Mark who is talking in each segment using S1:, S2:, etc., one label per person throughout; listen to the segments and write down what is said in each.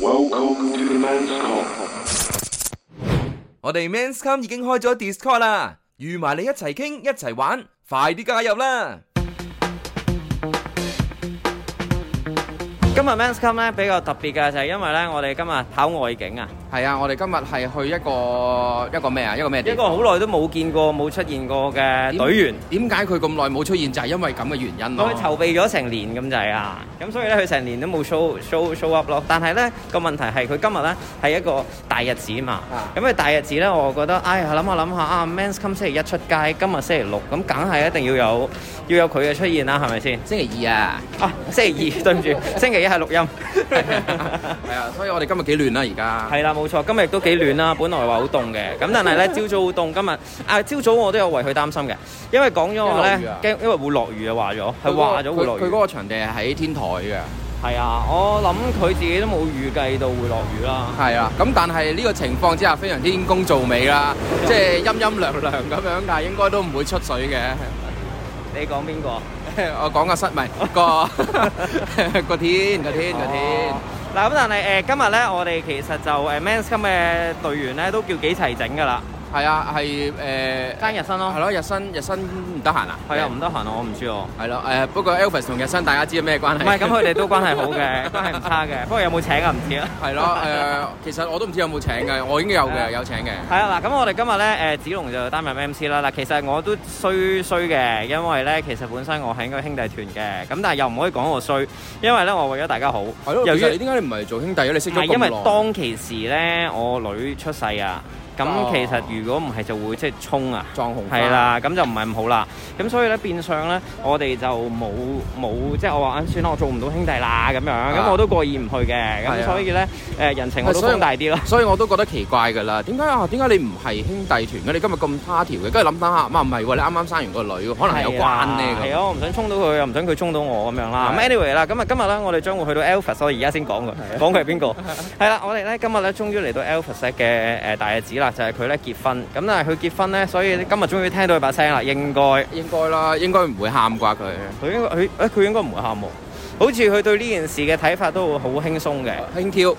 S1: Welcome to the men's come.
S2: 我哋 Men's Come 已經開咗 Discord 啦，預埋你一齊傾一齊玩，快啲加入啦！
S3: 今日 Men's Come 咧比較特別嘅就係因為咧，我哋今日考外景啊，
S4: 係啊，我哋今日係去一個一個咩啊？一個咩地
S3: 一個
S4: 方？
S3: 好耐都冇見過、冇出現過嘅隊員，
S4: 點解佢咁耐冇出現？就係因為咁嘅原因
S3: 我
S4: 咯
S3: 哋。籌備咗成年咁滯啊，咁所以咧佢成年都冇 show show show up 咯。但係咧個問題係佢今日咧係一個大日子嘛
S4: 啊，
S3: 咁佢大日子咧，我覺得唉諗下諗下啊，Men's à, Come 星期一出街，今日星期六，咁梗係一定要有要有佢嘅出現啦，係咪先？
S4: 星 期二啊，
S3: 啊，星 期二對唔住，星期一係錄音。
S4: 係啊，所以我哋今日幾亂啦而家。
S3: 係啦，冇錯，今日亦都幾暖啦。本來話好凍嘅，咁但係咧朝早好凍，今日啊朝早我都有為佢擔心嘅，因為講咗話
S4: 因為落雨
S3: 咧
S4: 啊，
S3: 驚因為會落雨啊話咗，
S4: 佢
S3: 係
S4: 嗰個
S3: 話咗會
S4: 佢
S3: 落雨
S4: 佢。嗰個場地係喺天台嘅。
S3: 係啊，我諗佢自己都冇預計到會落雨啦。
S4: 係啊，咁但係呢個情況之下，非常天公造美啦，即係陰陰涼涼咁樣，但係應該都唔會出水嘅。
S3: 你講邊個？
S4: 我講個室迷 個個天個天個天
S3: 哦。嗱咁，但係誒、今日咧，我哋其實就誒、Men's Come 嘅隊員咧都叫幾齊整㗎啦，
S4: 係啊，係誒。
S3: 爭日薪咯
S4: 係。咯，日新日新唔得閒啊。
S3: 係啊，唔得閒啊，我唔知喎。
S4: 係咯，誒不過 Elvis 同日新大家知咩關係？
S3: 唔係，咁佢哋都關係好嘅，關係唔差嘅。不過有冇請啊？唔知啊。
S4: 係咯，誒其實我都唔知有冇請嘅，我應該有嘅，有請嘅。
S3: 係啊，嗱，咁我哋今日咧，誒子龍就擔任 MC 啦。嗱，其實我都衰衰嘅，因為咧，其實本身我係應該兄弟團嘅，咁但係又唔可以講我衰，因為咧我為咗大家好。由於
S4: 點解你唔係做兄弟嘅？你識
S3: 唔係因為當其時咧，我女出世啊，咁
S4: 哦
S3: 其實如果唔係就會即係衝啊。
S4: 撞紅
S3: 係，啦，咁就唔係咁好啦。咁所以咧，變相咧，我哋就冇冇即係我話啊，算啦，我做唔到兄弟啦咁樣。咁我都過意唔去嘅，
S4: 係
S3: 咁
S4: 啊
S3: 所以咧，誒人情我都
S4: 所以
S3: 放大啲咯。
S4: 所以我都覺得奇怪㗎啦。點解啊？點解你唔係兄弟團嘅？你今日咁他條嘅，跟住諗翻下，啊唔係喎，你啱啱生完個女喎，可能有關
S3: 係
S4: 呢
S3: 啊，我唔想衝到佢，又唔想佢衝到我咁樣啦。咁
S4: 係
S3: anyway 啦，咁啊今日咧，我哋將會去到 Alpha，所以而家先講佢，講佢係邊個？ 係啦，我哋咧今日咧終於嚟到 Alpha 嘅誒大日子啦，就係佢咧結婚。咁但係佢結婚咧，所以今日終於聽到佢把聲啦，應該佢
S4: 個。應該啦，應該唔會喊啩佢。
S3: 應該佢誒佢應該唔會喊喎。好似佢對呢件事嘅睇法都會好輕鬆嘅，
S4: 輕佻，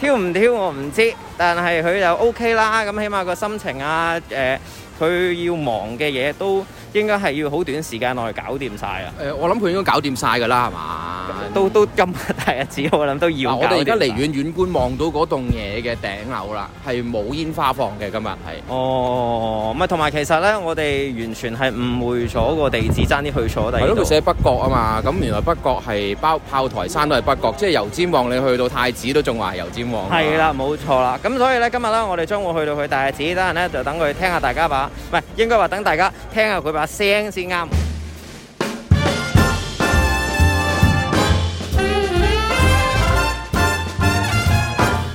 S3: 挑唔挑我唔知，但係佢就 OK 啦。咁起碼個心情啊，誒、佢要忙嘅嘢都應該係要好短時間內搞掂晒啊。
S4: 誒我諗佢應該搞掂晒㗎啦，係嘛？
S3: 都都 今日大日子，我諗都要
S4: 嗱，
S3: 搞
S4: 我哋而家
S3: 掂
S4: 離
S3: 啦
S4: 遠遠觀望到嗰棟嘢嘅頂樓啦，係冇煙花放嘅，今日係。
S3: 哦，唔係，同埋其實咧，我哋完全係誤會咗個地址，爭啲去錯第
S4: 係
S3: 二
S4: 咯，佢
S3: 度。
S4: 寫北角啊嘛，咁原來北角係包炮台山都係北角，即係油尖旺你去到太子都仲話係油尖旺。
S3: 係，啦，冇錯啦。咁所以咧，今日咧，我哋將會去到佢大日子，等陣咧就等佢聽下大家把，唔係應該話等大家聽下佢把聲先啱。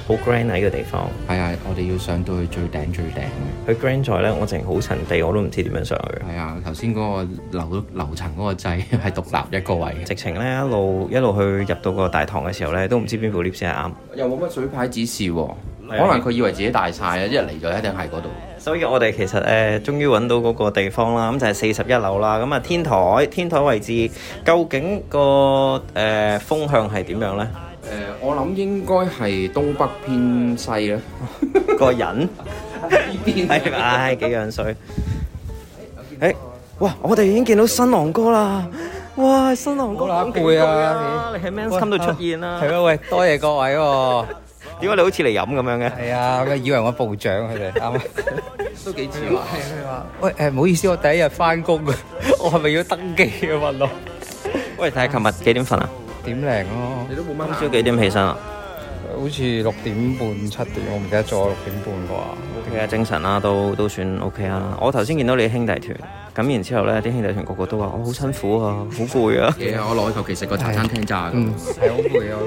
S3: 好 grand 喺個地方，
S4: 係啊，我哋要上到去最頂最頂嘅。
S3: 佢 grand 在咧，我淨好塵地，我都唔知點樣上去。
S4: 係啊，頭先嗰個樓樓層嗰個掣係獨立一個位
S3: 直情咧一路一路去入到個大堂嘅時候咧，都唔知邊部 lift 先係啱。
S4: 又冇乜水牌指示喎，可
S3: 係啊
S4: 能佢以為自己大晒啊，一嚟就一定係嗰度。
S3: 所以我哋其實誒、呃，終於揾到嗰個地方啦，咁就係四十一樓啦。咁啊，天台天台位置究竟個誒、呃、風向係點樣呢？
S4: 誒，我諗應該係東北偏西啦。
S3: 個人
S4: 呢邊
S3: 係 唉幾樣水。誒、哇！我哋已經見到新郎哥啦！哇，新郎哥
S5: 好乸
S3: 講幾
S5: 攰
S3: 句
S5: 啊
S3: 啦！你喺 Men's Come 度出現啦，
S5: 係咯，喂，多謝各位喎。
S3: 點解你好似嚟飲咁樣嘅？
S5: 係啊，佢以為我部長佢哋啱啱。
S4: 都幾似話。
S5: 喂，誒，唔好意思，我第一日翻 工啊，我係咪要登記啊？問我
S3: 喂，但係琴日幾點瞓啊？
S5: 點零咯，
S4: 你都冇
S3: 今
S4: 乜
S3: 朝幾點起身啊？
S5: 好似六點半七點，我唔記得咗六點半啩。
S3: O K 啊，精神啦，都都算 O K 啊。我頭先見到你兄弟團，咁然之後咧，啲兄弟團個個都話：我好辛苦啊，好攰啊。
S4: 嘢啊！我落去求其食個茶餐廳咋咁
S5: 嗯。，係好攰啊，我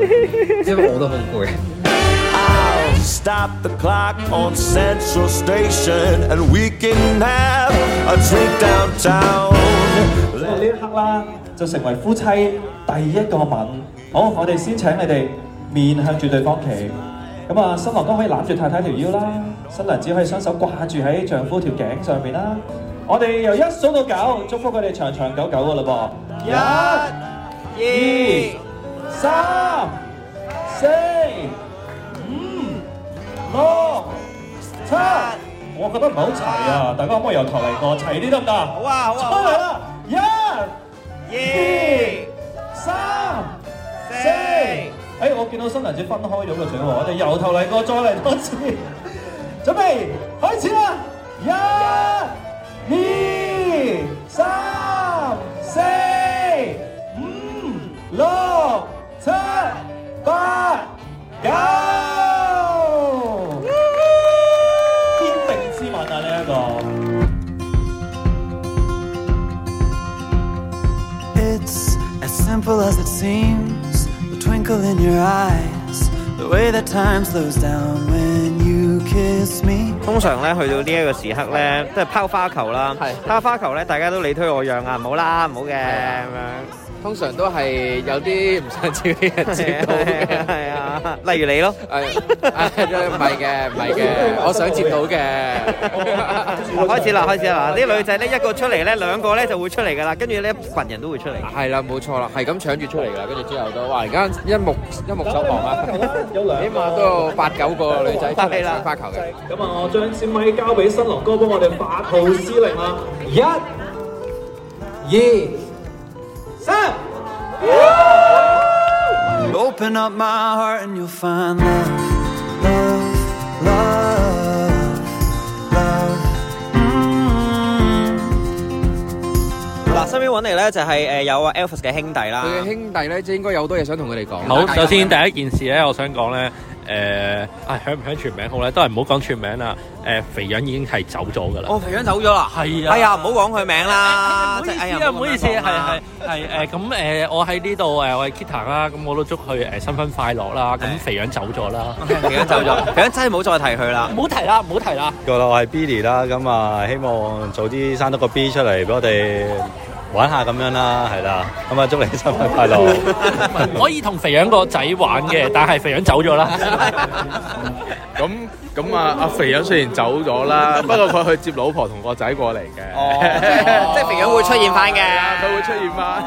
S5: 都因為我都好攰。
S6: I'll stop the clock on Central Station and we can have a drink downtown.
S7: 到呢一刻啦，就成為夫妻第一個吻。好，我哋先請你哋面向住對方企。咁啊，新郎哥可以攬住太太條腰啦，新娘只可以雙手掛住喺丈夫條頸上面啦。我哋由一數到九，祝福佢哋長長久久噶啦噃。一、二、三、四。 음,覺得唔係好齊啊，大家可唔可以由頭嚟過齊啲得唔得？好
S3: 啊好啊好啊
S7: 出嚟啦！一、二、三、四。誒，我見到新娘子分開咗個獎喎，我哋由頭嚟過，再嚟多次。準備開始啦！一、二、三、四、五、六、七、八、九。天定之吻啊！呢一個。
S8: It's as simple as it seems. The twinkle in your eyes, the way that time slows down when you kiss me.
S3: 通常咧去到呢一個時刻咧，即係拋花球啦。
S4: 係
S3: 拋花球咧，大家都你推我讓啊，唔好啦，唔好嘅咁樣。
S4: 通常都係有啲唔想自己人知道嘅。
S3: 係啊，例如你 咯。
S4: 誒誒唔係嘅，唔係嘅，我想接到嘅。
S3: 開始啦，開始啦！嗱啲女仔咧一個出嚟咧，兩個咧就會出嚟噶啦，跟住呢一羣人都會出嚟。
S4: 係啦，冇錯啦，係咁搶住出嚟㗎啦，跟住之後都哇，而家一目一目所望啊，
S7: 有兩個
S4: 起碼都有八九個女仔出嚟
S3: 係啦
S4: 搶花球嘅。
S7: 咁啊，我將支咪交俾新郎哥幫我哋發號施令啦！一、二、三。
S8: Open up my heart and you'll find love. Love, love, love. Mm.
S3: 嗱，身邊揾嚟咧就係誒有啊 Elvis 嘅兄弟啦
S4: 佢。
S9: 啊
S4: 嘅兄弟咧，即係應該有好多嘢想同佢哋講。
S9: 好，首先第一件事咧，我想講咧，誒、啊響唔響全名好咧，都係唔好講全名啦。誒、肥樣已經係走咗㗎啦。
S3: 哦，肥樣走咗啦。
S9: 係
S3: 哎呀，唔好講佢名啦。
S9: 唔好意
S3: 哎
S9: 思
S3: 呀
S9: 啊，唔好意思，係係。係誒，咁誒，我喺呢度誒，我係 Kita 啦，咁我都祝佢誒新婚快樂啦。咁肥樣走 咗啦，
S3: 肥樣走咗，肥樣真係唔好再提佢啦。
S9: 唔好提啦，唔好提啦。
S10: 個啦，我係 Billy 啦，咁啊希望早啲生多個 B 出嚟俾我哋玩下咁樣啦，係啦，咁啊祝你生日快樂。
S9: 可以同肥樣個仔玩嘅，但係肥樣走咗啦。
S11: 咁咁啊，阿肥友雖然走咗啦，不過佢去接老婆同個仔過嚟嘅。
S3: 哦，即係肥樣會出現翻
S11: 佢
S3: 嘅。
S11: 會出現翻。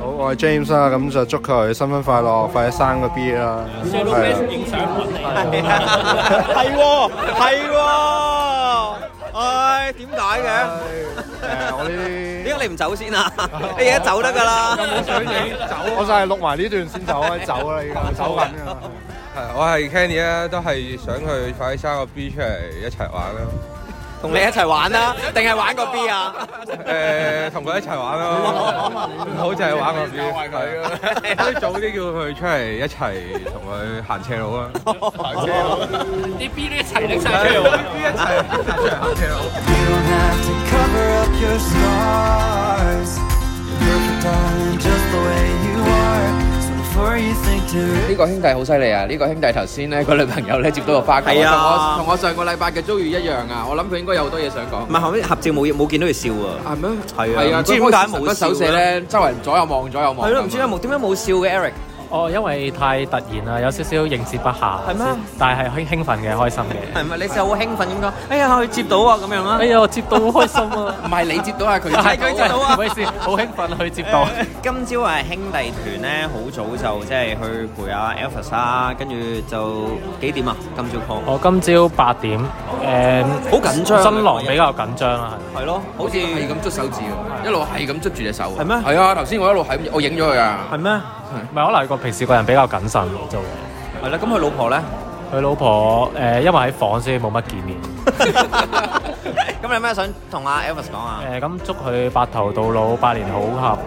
S10: 好，我係 James
S5: à,
S10: 啦，咁就祝佢新婚快樂，快啲生個 B 啦。
S9: 影相揾你。
S3: 係喎，係喎。唉，點解嘅？
S10: 我呢啲
S3: 點解你唔走先啊？你而家走得㗎啦。
S10: 我就係錄埋呢段先走啊，走啦，而家走緊啊。
S5: 我係 ờ, Kenny 啊，都係想佢快啲生個 B 出嚟一齊玩啦。
S3: 同你一齊玩啦，定係玩個 B 啊？
S5: 誒，同佢一齊玩咯，唔好就係玩個 B。可以 ờ, 早啲叫佢出嚟一齊同佢行斜路啊！Ờ,
S9: 啲 B 都一齊拎晒出嚟玩。
S5: 一齊出嚟行斜路。
S8: You don't have to cover up your scars. You're perfect, darling, just the way you are. So before you think to
S4: 呢個兄弟好犀利啊！呢個兄弟頭先咧，個女朋友咧接到個花球，同
S3: 係啊
S4: 我同我上個禮拜嘅遭遇一樣啊！我諗佢應該有好多嘢想講
S3: 唔。係後尾合照冇冇見到佢笑喎。
S4: 係咩？
S3: 係啊
S4: 係啊，
S3: 唔知點解冇
S4: 佢開始手
S3: 笑
S4: 寫咧，周圍左右望左右望。
S3: 係咯，唔知點解冇點解冇笑嘅 Eric。
S9: 哦，因為太突然啦，有少少應接不下。
S3: 係咩？
S9: 但係興興奮嘅，開心嘅。
S3: 係咪你就好興奮咁講？哎呀，佢接到啊咁樣啦
S9: 哎。呀，我接到好開心啊！
S4: 唔係你接到啊，佢
S3: 係佢接到啊
S9: 唔好意思，好興奮去接到。
S3: 今朝係兄弟團咧，好早就即係去陪阿 Elvis 啦，跟住就幾點啊？今朝 call
S9: 我今朝八點，誒，
S3: 好緊張啊
S9: 新郎比較緊張啦，
S3: 係咯，
S4: 好
S3: 好
S4: 似
S3: 似
S4: 係咁捽手指喎，一路係咁捽住隻手。
S3: 係咩
S4: 係啊，頭先我一路係咁，我影咗佢啊。
S3: 係咩？
S9: 係咪可能個平時個人比較謹慎做嘢？
S3: 係啦，咁佢老婆 咧，
S9: 佢老婆誒，因為喺房所以冇乜見面。
S3: 咁你有咩想同阿 Elvis 講啊？
S9: 誒，咁祝佢白頭到老，百年好合，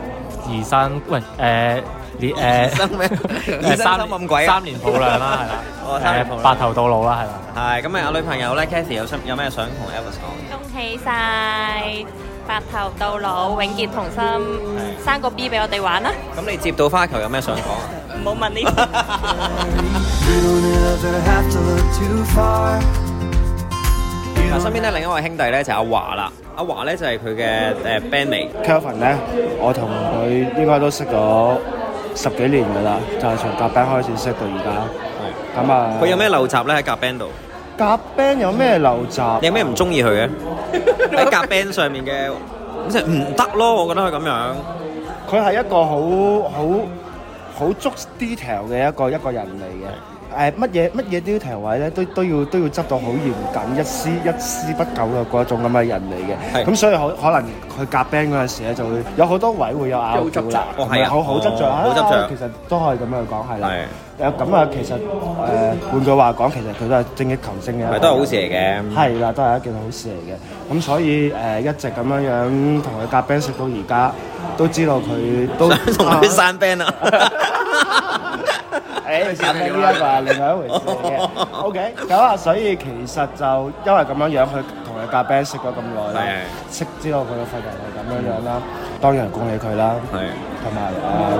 S9: 兒生喂誒，連誒
S3: 生咩？ 醫生心咁鬼啊
S9: 三！年抱兩啦，
S3: 哦
S9: 係
S3: 三
S9: 啦
S3: 年抱，
S9: 誒
S3: 兩
S9: 白頭到老啦，係啦。
S3: 係咁，阿女朋友咧，Cathy 有想有咩想同 Elvis 講？
S12: 恭喜晒，白頭到老，永結同心，生個 B 俾我哋玩啦！
S3: 咁你接到花球有咩想講啊？
S12: 唔好問呢啲。
S8: You don't ever have to look too far. You don't
S3: 嗱，身邊咧另一位兄弟咧就係阿華啦，阿華咧就係佢嘅誒 bandmate。
S10: Kelvin 咧，我同佢應該都識咗十幾年噶啦，就係從夾 band 開始識到而家。咁啊，
S3: 佢有咩陋習咧？喺夾 band 度，
S10: 夾 band 有咩陋習
S3: 你？有咩唔中意佢 嘅？喺夾 band 上面嘅，咁就唔得咯。我覺得佢咁樣，
S10: 佢係一個好好好足 detail 嘅一個一個人嚟嘅。
S13: 誒乜嘢乜嘢 detail 位咧，都都要都要執到好嚴謹，一絲一絲不苟嘅嗰種咁嘅人嚟嘅。咁所以可可能佢夾 band 嗰陣時咧，就會有好多位會有
S14: 即係好
S13: 拗撬
S14: 執着
S13: 啦，
S14: 哦係啊
S13: 好好執着啊，
S14: 好執着
S13: 其實都可以咁樣講係啦。誒咁啊，其實誒換句話講，其實佢都係精益求精嘅一個人，
S14: 係都係好事啊嚟嘅
S13: 係啦，都係一件好事嚟嘅。咁所以誒一直咁樣樣同佢夾 band 食到而家，都知道佢 都
S14: 同佢散 band
S3: 啊
S14: 啦。
S12: 啊
S13: 誒散 band 呢一個係另外一 回事嚟嘅。OK，咁啊，所以其實就因為咁樣樣，佢同佢夾 band 識咗咁耐啦，識知道佢嘅肺人係咁樣樣啦。當然恭喜佢啦，同埋誒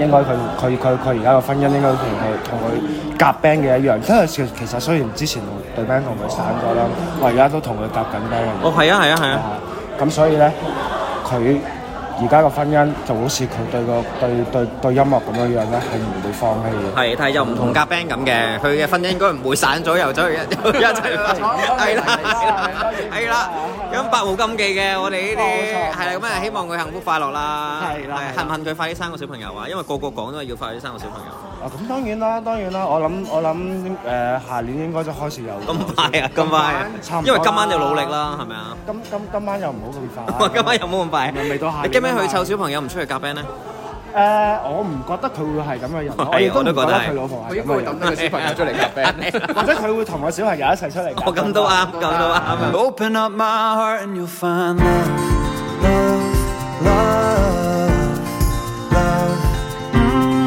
S13: 應該佢佢佢佢而家嘅婚姻應該同佢同佢夾 band 嘅一樣，因為其其實雖然之前對 band 同佢散咗啦，我而家都同佢夾緊 band 嘅。
S14: 哦，係啊，係啊，係啊。
S13: 咁所以咧，佢而家嘅婚姻就好似佢對個對對對音樂咁樣樣咧，係唔會放棄嘅。
S14: 係，但係又唔同夾 band 咁嘅，佢嘅婚姻應該唔會散咗，又走去一 又一齊 去係啦，係啦，咁百無禁忌嘅，我哋呢啲係啦，咁啊，希望佢幸福快樂啦，係啦，恨唔恨佢快啲生個小朋友啊？因為個個講都係要快啲生個小 朋友，
S13: 啊，咁當然啦，當然啦，我諗我諗誒、下年應該就開始有。
S14: 咁快啊，咁快啊
S13: 差唔，多
S14: 因
S13: 啦
S14: 為今晚就努力啦，係咪啊？
S13: 今今今晚又唔好咁 快。
S14: 哇， 今晚有冇咁快？
S13: 未到下
S14: 你
S13: 年
S14: 驚唔驚佢
S13: 啊嘛
S14: 湊小朋友唔出去夾 band 咧？
S13: 誒、我唔覺得佢會係咁嘅人，我
S14: 係
S13: 亦都
S14: 我
S13: 唔
S14: 都
S13: 覺
S14: 覺
S13: 得
S14: 得係
S13: 佢老婆係
S14: 佢應
S13: 咁嘅人。
S14: 該會抌低個小朋友出嚟夾
S13: band，或者佢會同個小朋友一齊出嚟夾。
S14: 咁都啱，咁都啱。
S15: Open up my heart and you'll find love, love, love, love.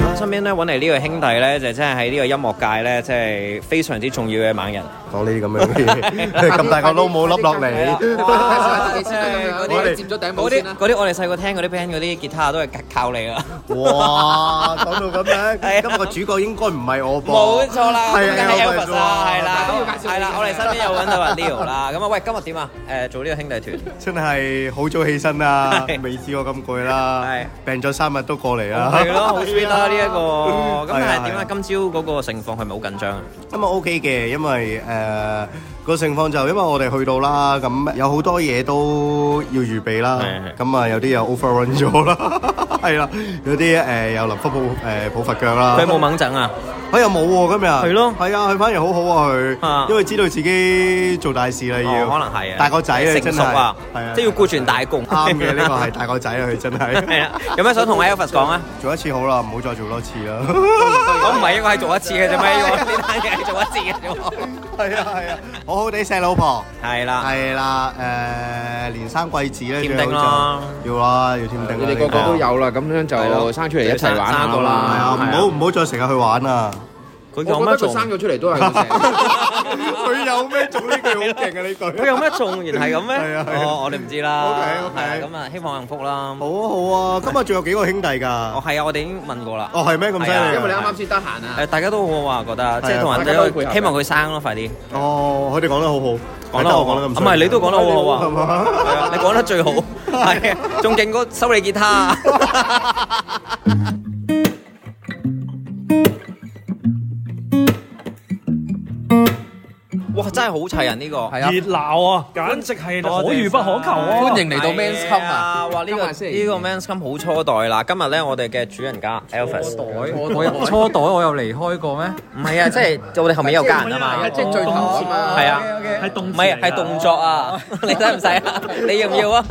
S3: 咁身邊咧揾嚟呢個兄弟咧，就真係喺呢個音樂界咧，即係非常之重要嘅猛人。
S7: 講呢啲 咁樣嘅嘢，咁大個撈冇笠落嚟。
S3: 我哋
S16: 接咗頂
S3: 嗰啲嗰啲我哋細個聽嗰啲 band 嗰啲吉他都係靠你啦。
S7: 哇，講到咁樣，今日個主角應該唔係我噃。
S3: 冇錯啦，咁
S7: 係
S3: 梗
S7: 啊，
S3: 係 Elvis 啦，係
S7: 啦。
S3: 啦，係啦，我哋身邊有揾到阿 Leo 啦。咁啊，喂，今日點啊？誒，做呢個兄弟團。
S7: 真係好早起身 啦，未試過咁攰啦，病咗三日都過嚟啦。
S3: 係咯，好 sweet 啦呢一個。咁
S7: 係啊
S3: 但係點啊？今朝嗰個情況係咪好緊張啊？
S7: 咁啊 OK 嘅，因為誒、呃個情況就因為我哋去到啦，咁有好多嘢都要預備啦，咁啊有啲又 overrun 咗啦， 係啦，有啲誒、呃、又臨忽抱誒抱佛腳啦。
S3: 佢有冇猛整啊？
S7: 佢又冇喎，今日
S3: 係咯，
S7: 係啊，佢反而好好啊，佢，因為知道自己做大事啦，要
S3: 哦可能係啊
S7: 大個仔啊，
S3: 成
S7: 真
S3: 熟
S7: 係
S3: 啊
S7: 係
S13: à.
S7: 啊，
S3: 即係要顧全大局。
S7: 啱嘅，呢 個係大個仔啊，佢真係。
S3: 係啊，有咩想同 Elvis 講啊？
S7: 做一次好啦，唔好再做多次 啦。
S3: 我唔係應該係做一次嘅啫咩？呢單嘢係做一次嘅啫喎。
S7: 係啊係啊，好好地錫老婆。
S3: 係啦，
S7: 係啦，誒連生貴子咧，
S4: 添
S7: 最
S4: 丁
S7: 好
S4: 啦
S7: 就要啦，要添丁啦。
S4: 你哋個個都有啦，咁樣就生出嚟一齊玩下
S7: 係啊，唔好唔好再成日去玩 啊！
S3: 佢
S4: 有乜做我覺得佢生咗出嚟都係佢成
S7: 佢有咩做呢句好勁啊！呢句
S3: 佢有咩重然係咁咩？
S7: 係啊係啊
S3: 哦我哋唔知啦。
S7: OK，OK
S3: 係啊咁啊，希望幸福啦。好
S7: 啊好啊，今日仲有幾個兄弟㗎？
S3: 哦，係啊，我哋已經問過啦。
S7: 哦係咩咁犀利
S3: 係啊
S7: 因為你啱啱
S4: 啱先得閒啊。
S3: 誒，大家都好好啊，覺得即係同人
S7: 大家都配合
S3: 哋希望佢生咯，快啲。
S7: 哦，佢哋講得好好，
S3: 講得好啊
S7: 我講得咁
S3: 唔係你都講得好好
S7: 啊！
S3: 係啊你講得最好，係啊，仲勁過收你吉他。 哇！真係好齊人呢個，係
S9: 熱鬧啊，簡直係可遇不可求啊！
S3: 歡迎嚟到
S9: Men's
S3: Come 啊！哇！呢個呢個 Men's Come 好初代啦。今日咧，我哋嘅主人家 Alvis，
S17: 我入初袋，我又離開過咩？
S3: 唔係啊，即係我哋後面有家人啊嘛，
S17: 即係最頭啊嘛
S3: 係啊，係動唔係係動作啊！你使唔使啊？你要唔要啊？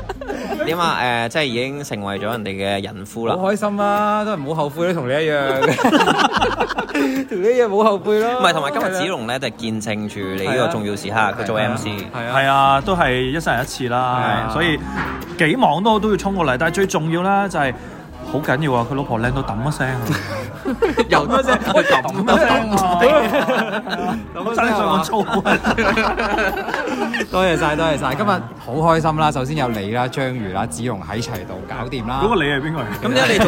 S3: 點啊？誒，即係已經成為咗人哋嘅人夫啦。
S17: 好開心啦，都係唔好後悔啦，同你一樣， 同你一樣冇後悔啦。
S3: 唔係，同埋今日子龍咧就見證住你呢個重要時刻，佢做 MC。
S17: 係啊，都係一生人一次啦，所以幾忙都都要衝過嚟。但係最重要啦，就係好緊要啊！佢老婆靚到揼一聲啊，又揼一聲，我揼一聲啊，揼一聲想講粗口。多謝晒，多謝晒。
S5: 今日好開心啦！首先有你啦、章魚啦、子龍喺齊度搞掂啦。
S17: 嗰個你係邊個嚟？
S5: 咁
S3: 點解你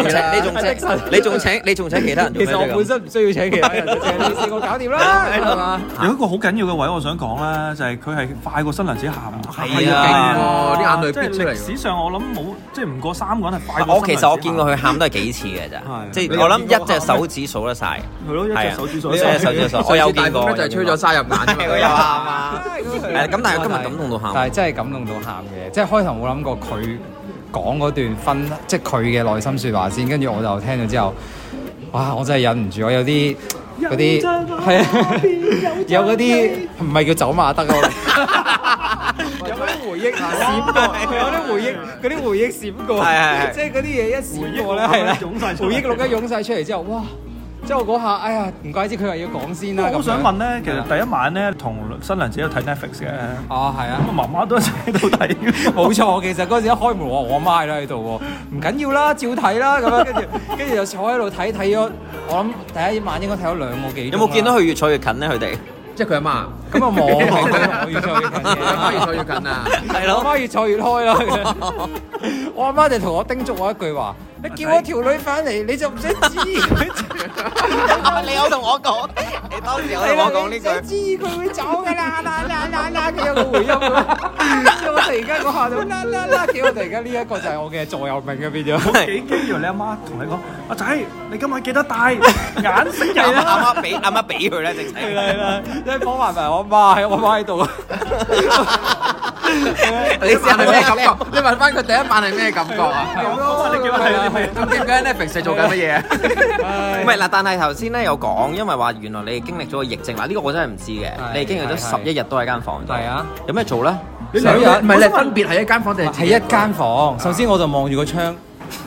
S3: 仲請你仲請你仲請你仲請其他人做
S5: 其
S3: 咩
S5: 實我
S3: 啫
S5: 本身唔需要請其他人，就係你四個搞掂啦，係嘛？
S17: 有一個好緊要嘅位，我想講咧，就係佢係快過新娘子喊，
S3: 係啊勁喎啲眼淚
S17: 即係
S3: 飆出嚟喎
S17: 歷史上我諗冇，即係唔過三個人係快過
S3: 我其實我見過
S17: 佢
S3: 佢喊都係幾次嘅咋，即
S17: 你
S3: 係
S17: 有
S3: 我諗
S17: 見過喊咩
S3: 一隻手指數得晒。
S17: 係咯一隻
S3: 係啊
S17: 手指數得
S3: 一隻
S17: 晒
S3: 手指數，
S17: 上次
S3: 我有
S17: 大
S3: 見過。
S17: 風咧就係吹咗
S3: 沙入眼啫嘛，佢又喊啊！係咁但係今日感動到喊。
S5: 但係真係感動到喊嘅，即係開頭冇諗過佢講嗰段分，即係佢嘅內心説話先，跟住我就聽咗之後，哇！我真係忍唔住，我有啲嗰啲係啊，有嗰啲唔係叫走馬燈啊。
S3: 有啲回憶
S5: 閃過，有啲回憶，嗰啲回憶閃過，
S3: 係係係
S5: 即係嗰啲嘢一閃過咧，係啦，回憶錄一湧晒出嚟之後，哇！即係我嗰下，哎呀，唔怪之佢話要講先啦。啊
S7: 我好
S5: 咁樣啊
S7: 想問咧，其實第一晚咧同新娘子有睇 Netflix 嘅，
S5: 哦，係啊，
S7: 咁啊媽媽都一齊喺度睇，
S5: 冇錯，其實嗰陣時一開門，我我媽喺度喎，唔緊要啦，照睇啦，咁樣跟住跟住就坐喺度睇睇咗，我諗第一晚應該睇咗兩個幾。
S3: 有冇見到佢越坐越近咧？佢哋
S4: 即係佢阿媽。
S5: 咁啊冇， 我越坐越近嘅，
S4: 阿媽越坐越近啊，
S5: 係咯，我媽越坐越 開啦。我阿媽就同我叮囑我一句話：你叫我條女翻嚟，你就唔使 知佢。
S3: 你有同我講，你當時有同我講呢句。
S5: 知佢會走㗎啦啦啦啦啦，佢有個回音咁。我突然間嗰下就啦啦啦，叫我突然間呢一個就係我嘅座右銘嘅變咗。
S7: 幾驚以為你阿媽同你講：阿仔，你今晚記得戴眼色人啦。
S3: 阿媽俾阿媽俾佢咧，直情
S5: 係啦係啦，即係講埋埋我媽喺我媽喺度啊！
S4: 你試下係咩感覺？你問翻佢第一晚係咩感覺啊？仲記唔記得 Netflix 係做緊乜嘢啊？
S3: 唔係嗱，但係頭先咧有講，因為話原來你經歷咗個疫症嗱，呢個我真係唔知嘅。你經歷咗十一日都喺間房度，係
S5: 啊，
S3: 有咩做咧？
S5: 你兩日唔
S4: 啊
S5: 係你係分
S4: 別喺一間房定
S5: 係一間房。首先我就望住個窗，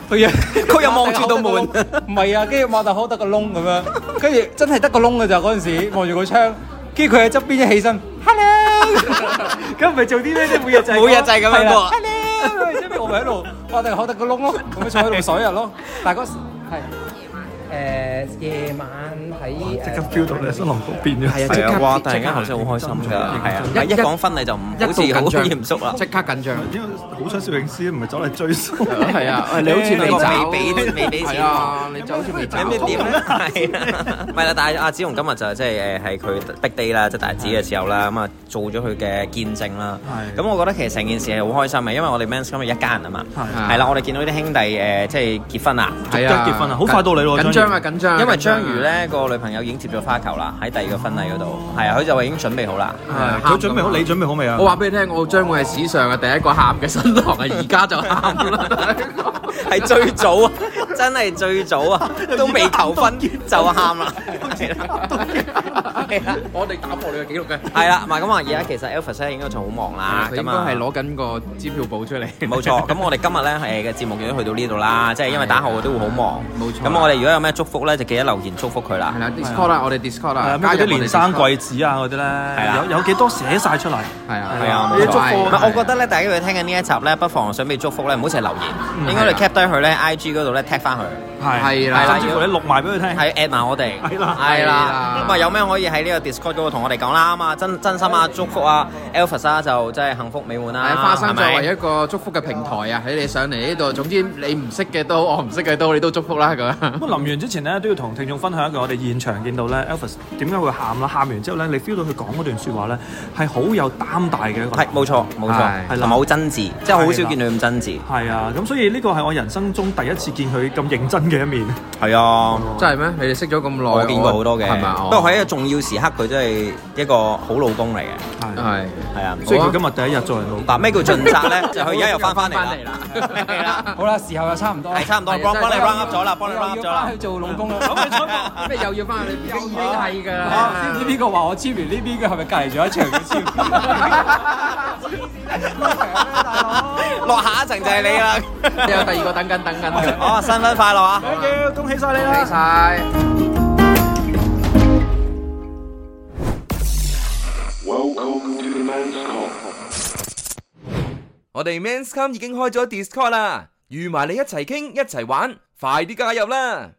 S5: 佢 又佢
S3: 又望住道門，
S5: 唔係啊，跟住擘大口得個窿咁 樣，跟住真係得個窿嘅咋嗰陣時，望住個窗，跟住佢喺側邊一起身，hello，
S7: 咁咪做啲咩啫？每日就
S3: 每日就係咁樣
S5: 係啦
S3: 過。
S5: hello，即係我咪喺度擘大口得個窿咯，咁咪坐喺度水日 咯，但係嗰時係。誒夜晚喺
S7: 即刻 feel 到你新郎哥變咗，
S3: 係啊，即刻哇！突然間頭先好開心㗎，係啊，一講婚禮就唔好似好嚴肅啦，
S4: 刻緊張。
S7: 因為好想攝影師唔係走嚟追數。
S4: 係啊喂你好似
S3: 你
S4: 未找
S3: 未俾未俾
S4: 係
S3: 錢
S4: 啊，你就好似未找
S3: 你咩點咧？ 係啊，唔係啦，但係阿子龍今日就即係誒係佢逼 day 啦，即係大子嘅時候啦，咁啊做咗佢嘅見證啦。咁我覺得其實成件事係好開心嘅，因為我哋 Men's 今日一家人啊嘛，係啦，我哋見到啲兄弟誒即係結婚啦，
S7: 係
S4: à.
S7: 啊結婚啦好快到嚟咯緊張啊緊張啊
S3: 因為
S7: 緊張啊
S4: Ờ.
S3: 章魚咧個女朋友已經接咗花球啦，喺第二個婚禮嗰度，係啊，佢就話已經準備好啦。
S4: Ờ,
S7: 係佢準備好，你準備好未啊？
S4: 我話俾你聽，我將會係史上嘅第一個喊嘅新郎啊！而家就喊啦，
S3: 係最早啊，真係最早啊，都未求婚就喊啦，係啦，係啦，
S4: 我哋打破你嘅記錄嘅。
S3: 係啦，唔係咁話而家其實 Alpha 咧應該仲好忙啦，
S4: 佢
S3: 咁
S4: 應該
S3: 啊
S4: 係攞緊個支票簿出嚟。
S3: 冇錯，咁我哋今日咧誒嘅節目已經去到呢度啦，即係因為打後我都會好忙，
S4: 冇錯
S3: 咁我哋如果有咩祝福咧，就記得留言祝福佢啦。
S4: 係啦，Discord 啦，我哋 Discord à.
S7: 係
S4: 啦
S7: 啊，，咩
S4: 加入
S7: 嗰啲
S4: 我哋
S7: 連
S4: Discord
S7: 生貴子啊嗰啲咧，有有幾多寫晒出嚟？
S4: 係啊
S3: 係啊，冇
S7: 你
S3: 錯
S7: 祝福
S3: 唔係我覺得咧，大家要聽緊呢一集咧，不妨想俾祝福咧，唔好成日留
S4: 嗯
S3: 言，
S4: 啊
S3: 應該你 cap 低佢咧，IG 嗰度咧 tag 翻佢。
S7: 係
S3: 係啦
S7: 甚至乎你錄埋俾佢聽。
S3: 係 at 埋我哋，係
S7: 啦
S3: 係
S7: 係
S3: 啦
S7: 啦。
S3: 咁啊，有咩可以喺呢個 Discord 嗰度同我哋講啦？咁啊，真真心啊，祝福啊，Alpha 啊，就真係幸福美滿啦。
S4: 係花生
S3: 係
S4: 作
S3: 咪
S4: 為一個祝福嘅平台啊，喺你上嚟呢度，總之你唔識嘅都好，我唔識嘅都好，你都祝福啦咁。
S7: 咁臨完之前咧，都要同聽眾分享一個我哋現場見到咧，Elvis 點解會喊啦？喊完之後咧，你 feel 到佢講嗰段説話咧，係好有擔大嘅一個。
S3: 係冇錯冇錯，同埋好真摯，即係好少見佢咁真摯。
S7: 係啊，咁所以呢個係我人生中第一次見佢咁認真嘅一面。
S3: 係啊，
S4: 真係咩？你哋識咗咁耐，
S3: 我見過好多嘅哦
S4: 係嘛？，
S3: 不過喺一個重要時刻，佢真係一個好老公嚟嘅。
S7: 係
S4: 係
S3: 係啊，
S7: 所以佢今日第一日做人老
S3: 嗱咩叫盡責咧？ 就佢而家又翻翻嚟啦。
S5: 好啦，時候又差唔多啦，
S3: 係差唔多幫幫你 round up 咗啦幫你 round up 咗啦
S5: 我又要返 去做老公啦，
S4: 咩又要翻去？已經已經係㗎啦。
S5: 啊知唔知邊個話我簽完呢邊嘅係咪隔離仲有一場嘅簽？
S3: 落下一層就係你 啦。
S4: 有第二個等緊等緊。
S3: 好啊，新婚快樂啊！
S7: Thank you，恭喜晒你
S4: 恭喜晒！
S1: Welcome to the men's come.
S18: 我哋 Men's Come 已經開咗 Discord 啦，預埋你一齊傾一齊玩，快啲加入啦！